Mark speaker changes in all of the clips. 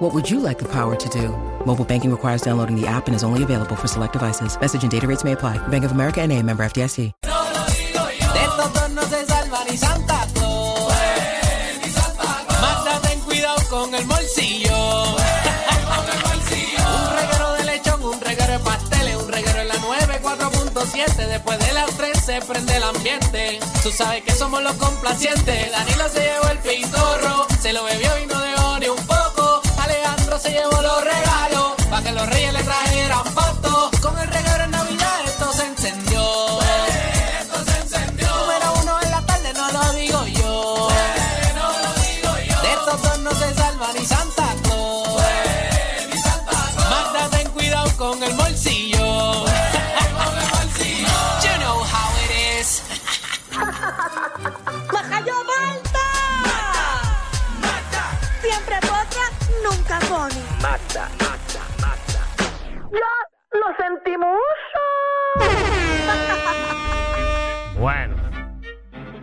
Speaker 1: What would you like the power to do? Mobile banking requires downloading the app and is only available for select devices. Message and data rates may apply. Bank of America and a member FDIC.
Speaker 2: De estos dos no se salva ni Santa Claus. Magda, ten cuidado con el morcillo. un reguero de lechón, un reguero de pasteles, un reguero en la 9, 4.7. Después de las 3 se prende el ambiente. Tú sabes que somos los complacientes. Danilo se llevó el pitorro, se lo bebió y no dejó ni un poco. Alejandro se llevó los regalos, para que los reyes le trajeran fotos. Con el reguero en Navidad esto se encendió. Esto se encendió. Número uno en la tarde, no lo digo yo. No lo digo yo. De estos dos no se salva ni Santa Claus. Ni Santa Claus. Magda, ten cuidado con el bolsillo. Con el bolsillo. You know how it is.
Speaker 3: ¡Majayo Malta! Siempre potra, nunca pone. ¡Ya lo sentimos!
Speaker 4: Bueno.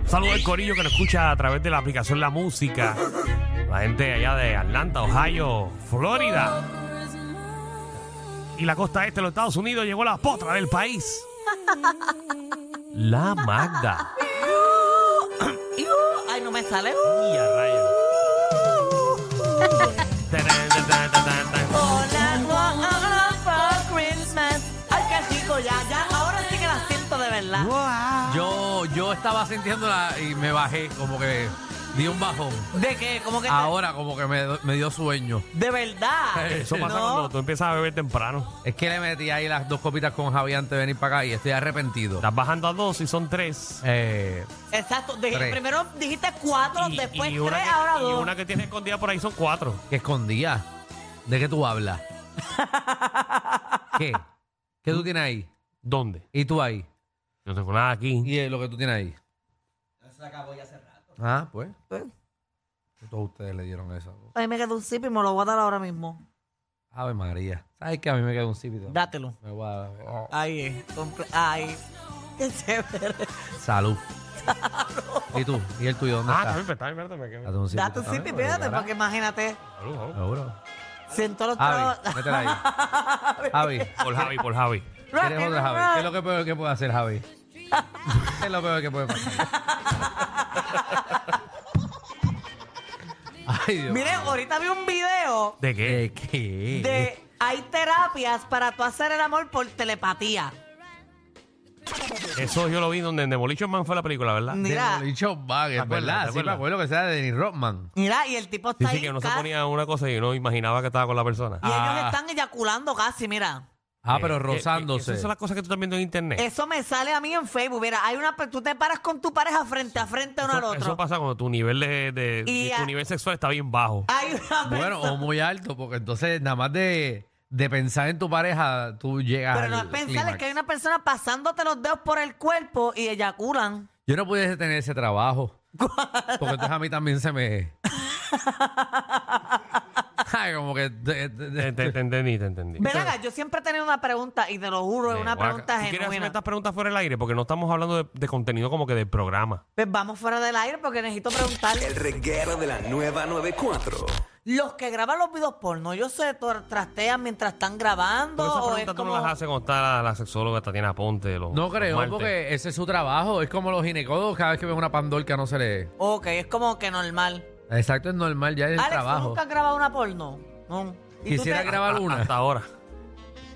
Speaker 4: Un saludo al corillo que nos escucha a través de la aplicación La Música. La gente allá de Atlanta, Ohio, Florida. Y la costa este de los Estados Unidos llegó la potra del país. La Magda.
Speaker 5: Ay, no me sale.
Speaker 4: Y a rayos.
Speaker 5: Hola, hola, for Christmas. Ay, qué rico, ya, ya. Ahora sí que la siento de verdad.
Speaker 6: Yo, yo estaba sintiéndola y me bajé, como que di un bajón.
Speaker 5: ¿De qué? ¿Cómo que? te-
Speaker 6: Ahora como que me, me dio sueño.
Speaker 5: De verdad.
Speaker 4: Eso pasa
Speaker 5: No.
Speaker 4: cuando tú empiezas a beber temprano.
Speaker 6: Es que le metí ahí las dos copitas con Javi antes de venir para acá y estoy arrepentido.
Speaker 4: Estás bajando a dos y son tres.
Speaker 6: Eh,
Speaker 5: Exacto. Dije-
Speaker 6: Tres.
Speaker 5: primero dijiste cuatro,
Speaker 4: Y-
Speaker 5: después
Speaker 4: y
Speaker 5: tres,
Speaker 4: una que-
Speaker 5: ahora
Speaker 4: Y
Speaker 5: dos.
Speaker 4: una que tienes escondida por ahí son cuatro.
Speaker 6: que escondía. ¿De qué tú hablas? ¿Qué? ¿Qué tú tienes ahí?
Speaker 4: ¿Dónde?
Speaker 6: ¿Y tú ahí?
Speaker 4: No tengo nada aquí.
Speaker 6: ¿Y eh, lo que tú tienes ahí? Se acabó ya hace rato. Ah, pues. Todos ustedes le dieron eso.
Speaker 5: A mí me quedó un sip y me lo voy a dar ahora mismo.
Speaker 6: Ave María. ¿Sabes qué? A mí me quedó un cipito.
Speaker 5: Dátelo.
Speaker 6: Me voy a dar- oh.
Speaker 5: Ahí es. comple- Ay. Qué chévere.
Speaker 6: Salud. ¿Y tú? ¿Y el tuyo dónde
Speaker 4: Ah,
Speaker 6: está?
Speaker 4: está bien, está bien, espérate, me quedo.
Speaker 6: Date un sitio.
Speaker 5: Date un sip y
Speaker 6: también,
Speaker 5: fíjate,
Speaker 6: ¿verdad?
Speaker 5: porque imagínate.
Speaker 6: Ah.
Speaker 4: Salud, salud.
Speaker 6: Seguro.
Speaker 5: Siento los
Speaker 6: Javi,
Speaker 5: tragos.
Speaker 6: métela ahí. Javi,
Speaker 4: Por Javi, por Javi.
Speaker 6: ¿quieres otra, Javi? ¿Qué es lo que peor que puede hacer, Javi? ¿Qué es lo peor que puede pasar? Ay, Dios.
Speaker 5: Mire, ahorita vi un video.
Speaker 4: ¿De qué?
Speaker 6: ¿De qué?
Speaker 5: de hay terapias para tú hacer el amor por telepatía.
Speaker 4: Eso yo lo vi donde en Demolition Man fue la película, ¿verdad?
Speaker 5: Mira,
Speaker 6: Demolition Man,
Speaker 4: ¿Te
Speaker 6: es
Speaker 4: acuerdas, te
Speaker 6: verdad. Sí, me
Speaker 4: acuerdas?
Speaker 6: acuerdo que sea de Dennis Rodman.
Speaker 5: mira, y el tipo está
Speaker 4: Dice
Speaker 5: ahí
Speaker 4: que uno se
Speaker 5: ca-
Speaker 4: ponía una cosa y uno imaginaba que estaba con la persona.
Speaker 5: y ellos
Speaker 6: Ah.
Speaker 5: están eyaculando casi, mira.
Speaker 6: Ah,
Speaker 4: Eh,
Speaker 6: pero
Speaker 4: eh,
Speaker 6: rozándose.
Speaker 4: eh, Esas son las cosas que tú estás viendo en internet.
Speaker 5: Eso me sale a mí en Facebook, mira, hay una pe- tú te paras con tu pareja frente a frente uno al
Speaker 4: eso, eso
Speaker 5: otro.
Speaker 4: pasa cuando tu nivel de, de-
Speaker 5: Y
Speaker 4: tu
Speaker 5: a- Ah.
Speaker 4: nivel sexual está bien bajo.
Speaker 5: Hay una
Speaker 6: Bueno,
Speaker 5: persona-
Speaker 6: o muy alto, porque entonces nada más de, de pensar en tu pareja, tú llegas
Speaker 5: pero no es
Speaker 6: al
Speaker 5: pensar
Speaker 6: clímax.
Speaker 5: es que hay una persona pasándote los dedos por el cuerpo y eyaculan.
Speaker 6: Yo no pudiese tener ese trabajo. Porque entonces a mí también se me... Ay, como que... de- de- de-
Speaker 4: Te, te- te entendí, te entendí.
Speaker 5: Ven acá, yo siempre he tenido una pregunta y te lo juro, es
Speaker 4: Eh,
Speaker 5: una
Speaker 4: guaca.
Speaker 5: pregunta
Speaker 4: ¿Tú ¿Quieres hacerme
Speaker 5: genuina.
Speaker 4: estas preguntas fuera del aire? Porque no estamos hablando de, de contenido como que del programa.
Speaker 5: Pues vamos fuera del aire porque necesito preguntarle.
Speaker 7: El reguero de la nueva 94.
Speaker 5: Los que graban los videos porno, ellos se tor- trastean mientras están grabando.
Speaker 4: Porque
Speaker 5: o
Speaker 4: esas
Speaker 5: es
Speaker 4: preguntas tú
Speaker 5: como...
Speaker 4: no las haces cuando está la, la sexóloga Tatiana Ponte. Los,
Speaker 6: no
Speaker 4: los
Speaker 6: creo,
Speaker 4: martes.
Speaker 6: porque ese es su trabajo. Es como los ginecólogos, cada vez que ven una pandorca no se le...
Speaker 5: Ok, es como que normal.
Speaker 6: Exacto, es normal, ya es el
Speaker 5: Alex, ¿tú
Speaker 6: trabajo.
Speaker 5: nunca has grabado una porno? No. ¿Y, tú
Speaker 6: Quisiera
Speaker 5: te-
Speaker 6: grabar
Speaker 4: A-
Speaker 6: una.
Speaker 4: Hasta ahora.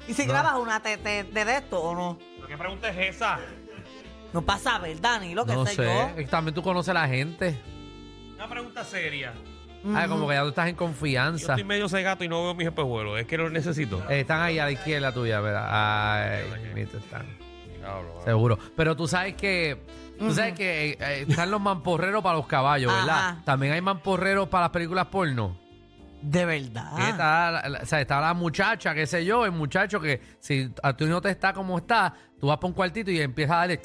Speaker 5: ¿Y si grabas una te, te- de esto o no?
Speaker 4: ¿Qué pregunta es esa?
Speaker 5: No pasa, ver, Dani, lo que
Speaker 6: No
Speaker 5: sé,
Speaker 6: sé,
Speaker 5: yo.
Speaker 6: Es que Eh, también tú conoces a la gente.
Speaker 4: Una pregunta seria.
Speaker 6: Ay, como que ya tú estás en
Speaker 4: Yo
Speaker 6: confianza.
Speaker 4: estoy medio cegato y no veo mis espejuelos. Es que los necesito.
Speaker 6: Eh, están ahí a la izquierda tuya, ¿verdad? Ay, mira, están. Seguro. Pero tú sabes que. Tú sabes que eh, eh, están los mamporreros para los caballos, ¿verdad?
Speaker 5: Ajá.
Speaker 6: También hay mamporreros para las películas porno.
Speaker 5: De verdad.
Speaker 6: Que Está, la- la- o sea, está la muchacha, qué sé yo, el muchacho que si a tú no te está como está, tú vas para un cuartito y empiezas a darle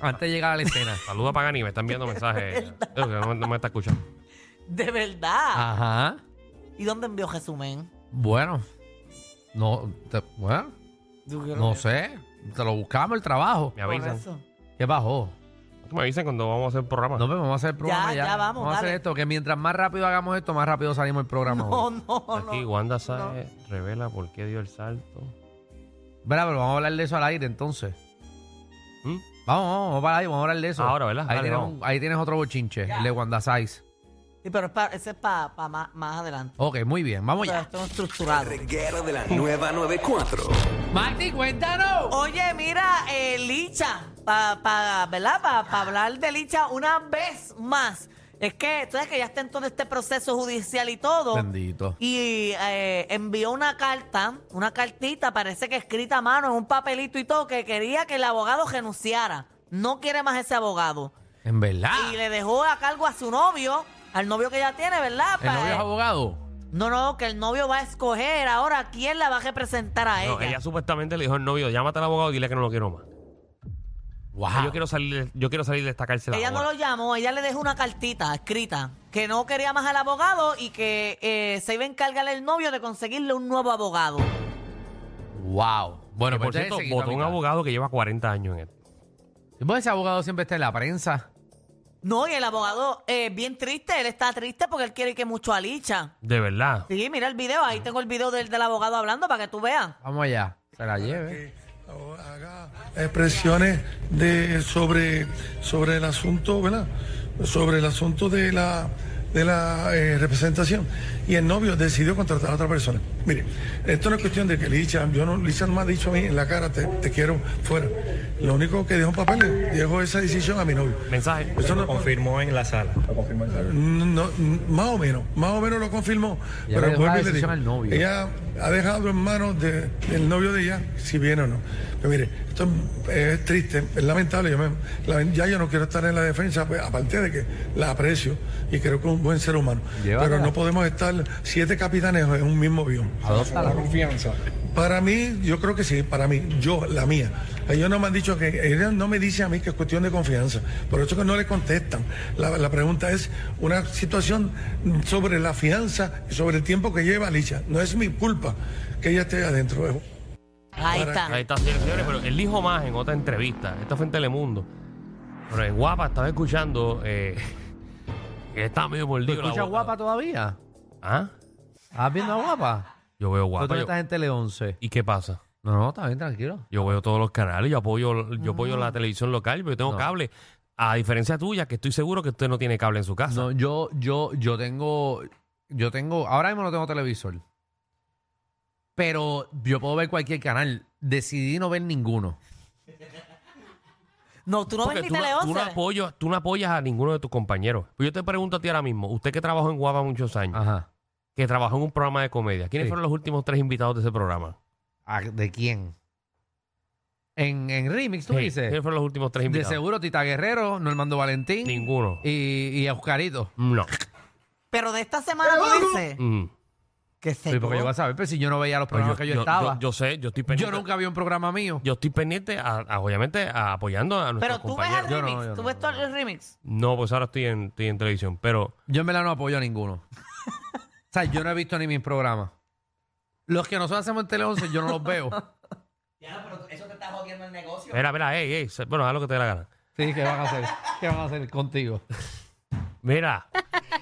Speaker 6: Antes de llegar a la escena.
Speaker 4: Saluda a Pagani, me están viendo mensajes. Creo que no, no me está escuchando.
Speaker 5: De
Speaker 6: Ah.
Speaker 5: verdad.
Speaker 6: Ajá.
Speaker 5: ¿Y dónde envió resumen?
Speaker 6: Bueno. No, te- bueno, no sé. Te lo buscamos el trabajo.
Speaker 4: Me avisan.
Speaker 6: ¿Qué bajó?
Speaker 4: Me avisan cuando vamos a hacer el programa.
Speaker 6: No, pero vamos a hacer el programa
Speaker 5: Ya,
Speaker 6: ya.
Speaker 5: ya, vamos,
Speaker 6: a hacer
Speaker 5: dale.
Speaker 6: esto, que mientras más rápido hagamos esto, más rápido salimos el programa.
Speaker 5: No,
Speaker 6: hoy.
Speaker 5: no,
Speaker 4: Aquí
Speaker 5: no.
Speaker 4: Wanda Sáez revela por qué dio el salto.
Speaker 6: Verá, pero vamos a hablar de eso al aire entonces.
Speaker 4: ¿Mm?
Speaker 6: Vamos, vamos, vamos para ahí, vamos a hablar de eso.
Speaker 4: Ahora, ¿verdad?
Speaker 6: Ahí,
Speaker 4: Dale,
Speaker 6: tienes,
Speaker 4: vamos.
Speaker 6: un- ahí tienes otro bochinche,
Speaker 5: Ya.
Speaker 6: el de Wanda Saiz.
Speaker 5: Sí, pero es pa- ese es para más, más adelante.
Speaker 6: Ok, muy bien, vamos
Speaker 5: Pero
Speaker 6: ya.
Speaker 5: esto no es estructurado.
Speaker 7: Reguero de la nueva 94.
Speaker 6: Marty, cuéntanos.
Speaker 5: Oye, mira, eh, Licha, pa, pa- ¿verdad? Para hablar de Licha una vez más. Es que, tú sabes que ya está en todo este proceso judicial y todo.
Speaker 6: Bendito.
Speaker 5: Y eh, envió una carta, una cartita, parece que escrita a mano en un papelito y todo, que quería que el abogado renunciara. No quiere más ese abogado.
Speaker 6: En verdad.
Speaker 5: Y le dejó a cargo a su novio, al novio que ella tiene, ¿verdad?
Speaker 6: El novio
Speaker 5: Pa- eh,
Speaker 6: es abogado.
Speaker 5: No, no, que el novio va a escoger ahora quién la va a representar a
Speaker 4: No,
Speaker 5: ella.
Speaker 4: ella supuestamente le dijo al novio, llámate al abogado y dile que no lo quiero más.
Speaker 6: Wow.
Speaker 4: Ah, Yo quiero salir, yo quiero salir de esta cárcel.
Speaker 5: Ella no
Speaker 4: ahora.
Speaker 5: lo llamó, ella le dejó una cartita escrita que no quería más al abogado y que eh, se iba a encargar el novio de conseguirle un nuevo abogado.
Speaker 6: Wow. Bueno,
Speaker 4: Que, por
Speaker 6: pues
Speaker 4: cierto,
Speaker 6: entonces,
Speaker 4: votó un abogado que lleva 40 años en esto.
Speaker 6: Y pues ese abogado siempre está en la prensa.
Speaker 5: No, y el abogado, eh, bien triste, él está triste porque él quiere que mucho a Licha.
Speaker 4: De verdad.
Speaker 5: Sí, mira el video, ahí tengo el video del, del abogado hablando para que tú veas.
Speaker 6: Vamos allá. Se la lleve.
Speaker 8: oh, haga expresiones de sobre sobre el asunto, ¿verdad? Sobre el asunto de la de la eh, representación y el novio decidió contratar a otra persona. Mire, esto no es cuestión de que Licha, yo no, Licha no me ha dicho a mí en la cara te, te quiero fuera. Lo único que dejó un papel, dejó esa decisión a mi novio.
Speaker 4: Mensaje.
Speaker 8: Eso no,
Speaker 9: confirmó en la sala.
Speaker 8: no- no- más o menos, más o menos lo confirmó.
Speaker 6: Ya le dejó
Speaker 8: vuelvo
Speaker 6: la
Speaker 8: y le
Speaker 6: decisión
Speaker 8: digo,
Speaker 6: al novio.
Speaker 8: Ella ha dejado en manos de- del novio de ella si viene o no. Pero mire, esto es, es triste, es lamentable. Yo me- la- ya yo no quiero estar en la defensa, pues, aparte de que la aprecio y creo que es un buen ser humano.
Speaker 6: Llévatela.
Speaker 8: Pero no podemos estar siete capitanes en un mismo avión.
Speaker 6: Adóptala.
Speaker 8: Para mí, yo creo que sí, para mí, yo, la mía. Ellos no me han dicho que, ellos no me dicen a mí que es cuestión de confianza. Por eso que no le contestan. La, la pregunta es una situación sobre la fianza y sobre el tiempo que lleva Licha. No es mi culpa que ella esté adentro. es-
Speaker 5: Ahí está.
Speaker 4: Ahí está, señores, señores, pero él dijo más en otra entrevista. Esto fue en Telemundo. Pero en Guapa estaba escuchando. Eh, que estaba medio
Speaker 6: ¿Tú
Speaker 4: mordido. la
Speaker 6: escuchas
Speaker 4: boca.
Speaker 6: guapa todavía?
Speaker 4: ¿Ah?
Speaker 6: ¿Estás viendo a guapa?
Speaker 4: Yo veo
Speaker 6: ¿Tú
Speaker 4: guapa.
Speaker 6: también
Speaker 4: yo-
Speaker 6: estás en Tele 11?
Speaker 4: ¿Y qué pasa?
Speaker 6: No, no, está bien, tranquilo.
Speaker 4: Yo veo todos los canales, yo apoyo, yo apoyo la televisión local, pero yo tengo
Speaker 6: No.
Speaker 4: cable. A diferencia tuya, que estoy seguro que usted no tiene cable en su casa.
Speaker 6: No, yo, yo, yo tengo, yo tengo, ahora mismo no tengo televisor. Pero yo puedo ver cualquier canal. Decidí no ver ninguno.
Speaker 5: No, tú no
Speaker 4: Porque
Speaker 5: ves ni
Speaker 4: tú, no-
Speaker 5: Tele
Speaker 4: tú no
Speaker 5: 11.
Speaker 4: apoyas, tú no apoyas a ninguno de tus compañeros. Pues yo te pregunto a ti ahora mismo, usted que trabajó en Guapa muchos años,
Speaker 6: Ajá.
Speaker 4: que trabajó en un programa de comedia, ¿quiénes
Speaker 6: Ah. Sí.
Speaker 4: fueron los últimos tres invitados de ese programa?
Speaker 6: ¿A- ¿De quién? En, en Remix, tú
Speaker 4: Sí,
Speaker 6: dices.
Speaker 4: ¿Quiénes fueron los últimos tres
Speaker 6: De
Speaker 4: invitados?
Speaker 6: seguro, Tita Guerrero, Normando Valentín
Speaker 4: Ninguno.
Speaker 6: y, y Oscarito.
Speaker 4: No.
Speaker 5: Pero de esta semana tú dices
Speaker 4: Mm. Pues
Speaker 5: que se
Speaker 6: Sí, porque yo iba a saber, pero si yo no veía los programas que yo, estaba. Yo,
Speaker 4: Yo, yo sé, yo estoy pendiente. Yo,
Speaker 6: nunca vi un programa mío.
Speaker 4: estoy pendiente, a- a- obviamente, a- apoyando a nuestros
Speaker 5: Pero tú ves el
Speaker 4: compañeros.
Speaker 6: Yo no,
Speaker 5: remix,
Speaker 6: yo
Speaker 5: tú
Speaker 6: no,
Speaker 5: ves
Speaker 6: yo
Speaker 5: todo el remix.
Speaker 4: No, pues ahora estoy en, estoy en televisión, pero...
Speaker 6: Yo en verdad no apoyo a ninguno. o sea, yo no he visto ni mis programas. Los que nosotros hacemos en Tele 11, yo no los veo.
Speaker 4: Espera, espera, ey, ey. se- Bueno, haz lo que te dé la gana.
Speaker 6: Sí, ¿qué van a hacer? ¿Qué van a hacer contigo?
Speaker 4: Mira,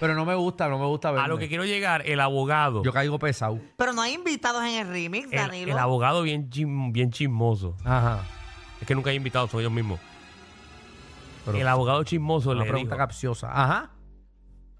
Speaker 6: Pero no me gusta, no me gusta ver.
Speaker 4: a lo que quiero llegar, el abogado.
Speaker 6: Yo caigo pesado.
Speaker 5: Pero no hay invitados en el remix,
Speaker 4: el,
Speaker 5: Danilo.
Speaker 4: el abogado bien, chim- bien chismoso.
Speaker 6: Ajá.
Speaker 4: Es que nunca hay invitados, son ellos mismos.
Speaker 6: Pero
Speaker 4: el abogado chismoso
Speaker 6: una
Speaker 4: le
Speaker 6: pregunta
Speaker 4: dijo,
Speaker 6: capciosa. Ajá.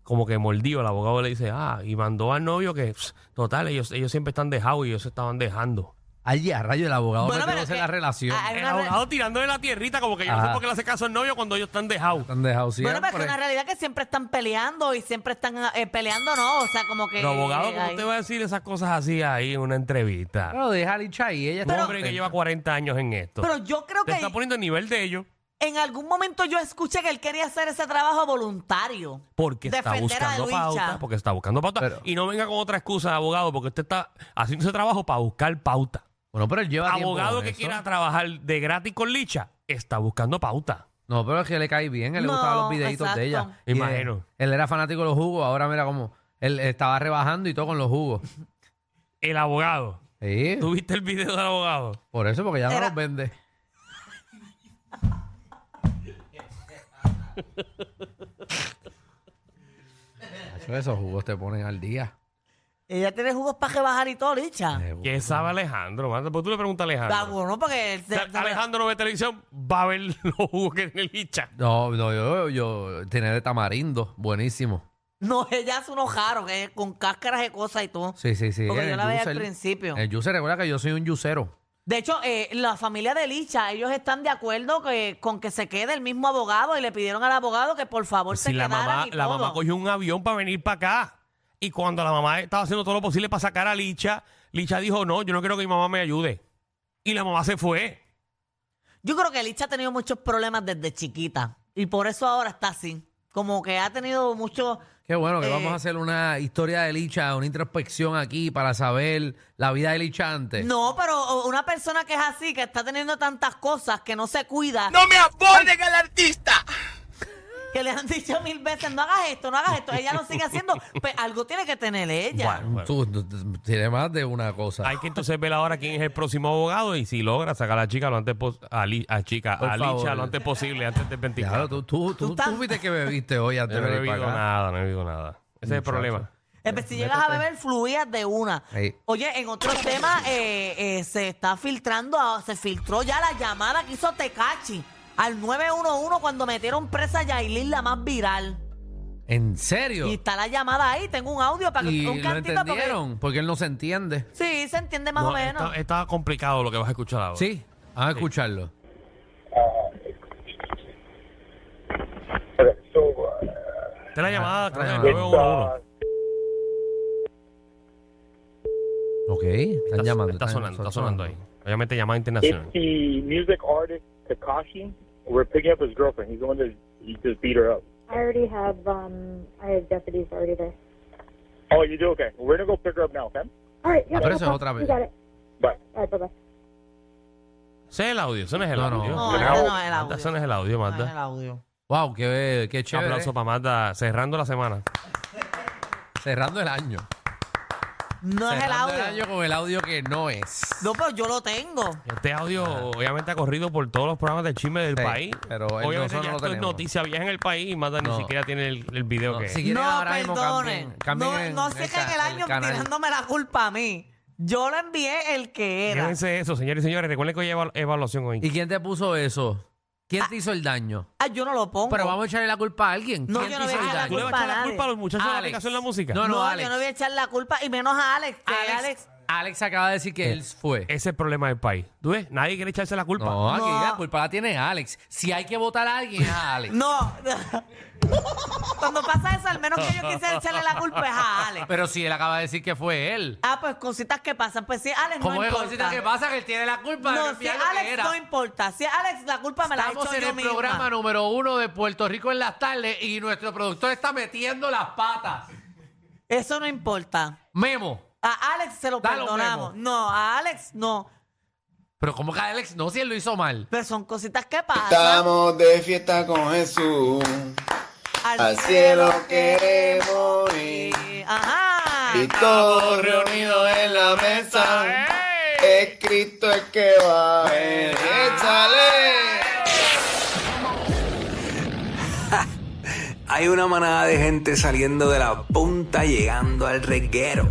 Speaker 4: como que mordido, el abogado le dice, ah, y mandó al novio que, pss, total, ellos, ellos siempre están dejados y ellos se estaban dejando.
Speaker 6: Allí a rayo el abogado
Speaker 5: Bueno, pero
Speaker 6: metiéndose en
Speaker 5: que-
Speaker 6: la relación.
Speaker 5: ah, Hay
Speaker 4: El
Speaker 5: una re-
Speaker 4: abogado tirándole la tierrita, como que yo no
Speaker 6: Ajá.
Speaker 4: sé por qué le hace caso al novio cuando ellos están dejados.
Speaker 6: Están dejados
Speaker 5: Bueno, pero es que
Speaker 6: siempre.
Speaker 5: una realidad que siempre están peleando y siempre están eh, peleando, ¿no? O sea, como que...
Speaker 4: Pero abogado, ¿cómo
Speaker 5: ay.
Speaker 4: usted va a decir esas cosas así ahí en una entrevista?
Speaker 6: Pero deja a Licha ahí, ella
Speaker 4: Un
Speaker 6: está
Speaker 4: hombre que
Speaker 6: contenta.
Speaker 4: lleva 40 años en esto.
Speaker 5: Pero yo creo
Speaker 4: Te
Speaker 5: que
Speaker 4: está poniendo el nivel de ellos
Speaker 5: en algún momento yo escuché que él quería hacer ese trabajo voluntario.
Speaker 4: porque está
Speaker 5: Defender a
Speaker 4: buscando
Speaker 5: Luisa.
Speaker 4: pauta. Porque está buscando pauta.
Speaker 6: Pero-
Speaker 4: y no venga con otra excusa, abogado, porque usted está haciendo ese trabajo para buscar pauta.
Speaker 6: Bueno, pero él lleva tiempo
Speaker 4: abogado
Speaker 6: con
Speaker 4: que
Speaker 6: eso.
Speaker 4: quiera trabajar de gratis con licha está buscando pauta.
Speaker 6: No, pero es que le cae bien, él le
Speaker 5: No,
Speaker 6: gustaban los videitos de ella.
Speaker 5: exacto.
Speaker 6: Y, eh,
Speaker 4: Imagino.
Speaker 6: Él, era fanático de los jugos, ahora mira cómo él estaba rebajando y todo con los jugos.
Speaker 4: El abogado.
Speaker 6: Sí,
Speaker 4: ¿Tú viste el video del abogado?
Speaker 6: por eso, porque ya no
Speaker 5: Era-
Speaker 6: los vende. Nacho, esos jugos te ponen al día.
Speaker 5: Ella tiene jugos para rebajar y todo, licha.
Speaker 4: ¿Qué sabe Alejandro? mano? ¿Por qué tú le preguntas a
Speaker 5: Está
Speaker 4: Alejandro?
Speaker 5: bueno, porque él
Speaker 4: O
Speaker 5: se-
Speaker 4: sea,
Speaker 5: se-
Speaker 4: Alejandro no ve televisión, va a ver los jugos que tiene el hincha.
Speaker 6: No, no, yo, yo tenía de tamarindo, buenísimo.
Speaker 5: No, ella hace unos jaros eh, con cáscaras de cosas y todo.
Speaker 6: Sí, sí, sí. Eh,
Speaker 5: Porque
Speaker 6: en
Speaker 5: yo
Speaker 6: el
Speaker 5: la veía al
Speaker 6: juicer-
Speaker 5: principio.
Speaker 6: El juicer, recuerda que yo soy un yucero.
Speaker 5: De hecho, eh, la familia de Licha, ellos están de acuerdo que, con que se quede el mismo abogado y le pidieron al abogado que por favor se
Speaker 4: Si la
Speaker 5: quedara
Speaker 4: mamá,
Speaker 5: y
Speaker 4: la
Speaker 5: todo.
Speaker 4: mamá cogió un avión para venir para acá. Y cuando la mamá estaba haciendo todo lo posible para sacar a Licha, Licha dijo, no, yo no quiero que mi mamá me ayude. Y la mamá se fue.
Speaker 5: Yo creo que Licha ha tenido muchos problemas desde chiquita y por eso ahora está así. Como que ha tenido mucho...
Speaker 6: Qué bueno que
Speaker 5: Eh,
Speaker 6: vamos a hacer una historia de Licha, una introspección aquí para saber la vida de Licha antes.
Speaker 5: No, pero una persona que es así, que está teniendo tantas cosas, que no se cuida,
Speaker 9: me abordes al artista.
Speaker 5: que le han dicho mil veces, no hagas esto, no hagas esto, ella lo sigue haciendo, pues algo tiene que tener ella.
Speaker 4: Bueno, bueno.
Speaker 6: Tú, tú- tú- tienes más de una cosa.
Speaker 4: Hay que entonces ver ahora quién es el próximo abogado y si logra sacar a la chica lo antes pos- a, Li- a chica,
Speaker 6: Por
Speaker 4: a
Speaker 6: favor.
Speaker 4: Licha lo antes posible, antes del 24.
Speaker 6: Claro, tú, tú, tú,
Speaker 5: estás-
Speaker 6: tú viste que bebiste hoy antes
Speaker 4: Yo
Speaker 6: de
Speaker 4: no he
Speaker 6: venir
Speaker 4: bebido
Speaker 6: para acá.
Speaker 4: nada, no he bebido nada. Ese es el
Speaker 6: Muchacho.
Speaker 4: problema.
Speaker 5: Eh, pues, si llegas a beber, fluías de una.
Speaker 6: Ahí.
Speaker 5: Oye, en otros temas eh, eh, se está filtrando, ah, se filtró ya la llamada que hizo Tecachi al 911 cuando metieron presa a Yailin, la más viral.
Speaker 6: ¿En serio?
Speaker 5: Y
Speaker 6: Y,
Speaker 5: está la llamada ahí, tengo un audio para que un
Speaker 6: lo
Speaker 5: cantito porque...
Speaker 6: entendieron, porque... él no se entiende.
Speaker 5: Sí, se entiende más
Speaker 4: No,
Speaker 5: o menos.
Speaker 4: está, está complicado lo que vas a escuchar ahora.
Speaker 6: Sí, vamos a escucharlo.
Speaker 4: Esta es la llamada, creo que
Speaker 6: ah,
Speaker 4: del
Speaker 10: uh,
Speaker 4: 911.
Speaker 6: Ok, están
Speaker 4: Está-
Speaker 6: llamando.
Speaker 4: Está
Speaker 6: están-
Speaker 4: sonando, está sonando ahí. Obviamente llamada internacional.
Speaker 10: It's the music artist Takashi. We're picking up his girlfriend. He's the one that he just beat her up.
Speaker 11: I already have um I have deputies already there.
Speaker 10: Oh, you do okay. We're gonna go pick her up now, okay?
Speaker 11: All right, yeah,
Speaker 6: Ah, pero
Speaker 11: no
Speaker 6: eso es
Speaker 11: problem.
Speaker 6: otra vez.
Speaker 11: You got it.
Speaker 10: Bye.
Speaker 11: All right, bye bye.
Speaker 4: Ese es el audio, ese no es el
Speaker 6: No, no.
Speaker 4: audio.
Speaker 5: No, ese no es el
Speaker 4: Magda,
Speaker 5: audio.
Speaker 4: ese no es el audio,
Speaker 5: No es el
Speaker 4: Magda.
Speaker 5: audio.
Speaker 6: Wow, qué, qué
Speaker 4: Un
Speaker 6: chévere.
Speaker 4: aplauso para Magda, cerrando la semana.
Speaker 6: Cerrando el año.
Speaker 5: No es el
Speaker 6: Cerrando
Speaker 5: audio.
Speaker 6: año con el audio que no es.
Speaker 5: No, pero yo lo tengo.
Speaker 4: Este audio obviamente ha corrido por todos los programas de chisme del
Speaker 6: Sí,
Speaker 4: país.
Speaker 6: pero el
Speaker 4: obviamente
Speaker 6: nosotros
Speaker 4: ya
Speaker 6: no
Speaker 4: esto es
Speaker 6: tenemos.
Speaker 4: noticia vieja en el país y Magda
Speaker 6: No.
Speaker 4: ni siquiera tiene el, el video
Speaker 6: No,
Speaker 4: que
Speaker 6: si quieren
Speaker 5: no,
Speaker 6: ahora mismo
Speaker 5: perdonen.
Speaker 6: cambien- cambien
Speaker 5: no,
Speaker 6: en
Speaker 5: no se
Speaker 6: el
Speaker 5: queden
Speaker 6: ca-
Speaker 5: el año
Speaker 6: canal.
Speaker 5: tirándome la culpa a mí. Yo le envié el que era.
Speaker 4: Llévense eso, señores y señores. Recuerden que hoy hay evalu- evaluación hoy.
Speaker 6: ¿Y quién te puso eso? ¿Quién te hizo el daño?
Speaker 5: Ah, yo no lo pongo.
Speaker 6: Pero vamos a echarle la culpa a alguien.
Speaker 5: No,
Speaker 6: ¿Quién
Speaker 5: yo
Speaker 6: te
Speaker 5: no
Speaker 6: hizo
Speaker 5: voy a
Speaker 6: el
Speaker 5: echar la
Speaker 4: ¿Tú le
Speaker 6: daño?
Speaker 5: culpa
Speaker 4: vas a
Speaker 5: a
Speaker 4: echar la
Speaker 5: Alex.
Speaker 4: culpa a los muchachos de la
Speaker 6: Alex.
Speaker 4: aplicación de la música?
Speaker 6: No,
Speaker 5: No,
Speaker 6: no,
Speaker 5: yo
Speaker 6: Alex.
Speaker 5: no voy a echar la culpa y menos a Alex. que
Speaker 6: Alex,
Speaker 5: Alex- Eh,
Speaker 6: Alex acaba de decir que él fue.
Speaker 4: Ese es el problema del país. ¿Tú ves? Nadie quiere echarse la culpa.
Speaker 6: No, aquí
Speaker 5: No.
Speaker 6: la culpa la tiene Alex. Si hay que votar a alguien, es a Alex.
Speaker 5: No. Cuando pasa eso, al menos que yo quise echarle la culpa es a Alex.
Speaker 6: Pero si él acaba de decir que fue él.
Speaker 5: Ah, pues cositas que pasan. Pues sí, Alex
Speaker 6: ¿Cómo
Speaker 5: no
Speaker 6: es
Speaker 5: importa.
Speaker 6: cosita que pasa que él tiene la culpa? de
Speaker 5: No, si
Speaker 6: cambiar lo que
Speaker 5: Alex
Speaker 6: era?
Speaker 5: no importa. Si Alex la culpa me la ha hecho
Speaker 6: Estamos en
Speaker 5: yo
Speaker 6: el
Speaker 5: misma.
Speaker 6: programa número uno de Puerto Rico en las tardes y nuestro productor está metiendo las patas.
Speaker 5: Eso no importa.
Speaker 6: Memo.
Speaker 5: A Alex se lo
Speaker 6: Dale un
Speaker 5: perdonamos.
Speaker 6: memo.
Speaker 5: No, a Alex no.
Speaker 6: Pero como que Alex no, si él lo hizo mal.
Speaker 5: Pero son cositas que pasan.
Speaker 9: Estamos de fiesta con Jesús.
Speaker 5: al,
Speaker 9: al cielo queremos
Speaker 5: ir. Ajá.
Speaker 9: Y todos reunidos en la mesa. Escrito el que va a ver. ¡Échale!
Speaker 7: Hay una manada de gente saliendo de la punta llegando al reguero.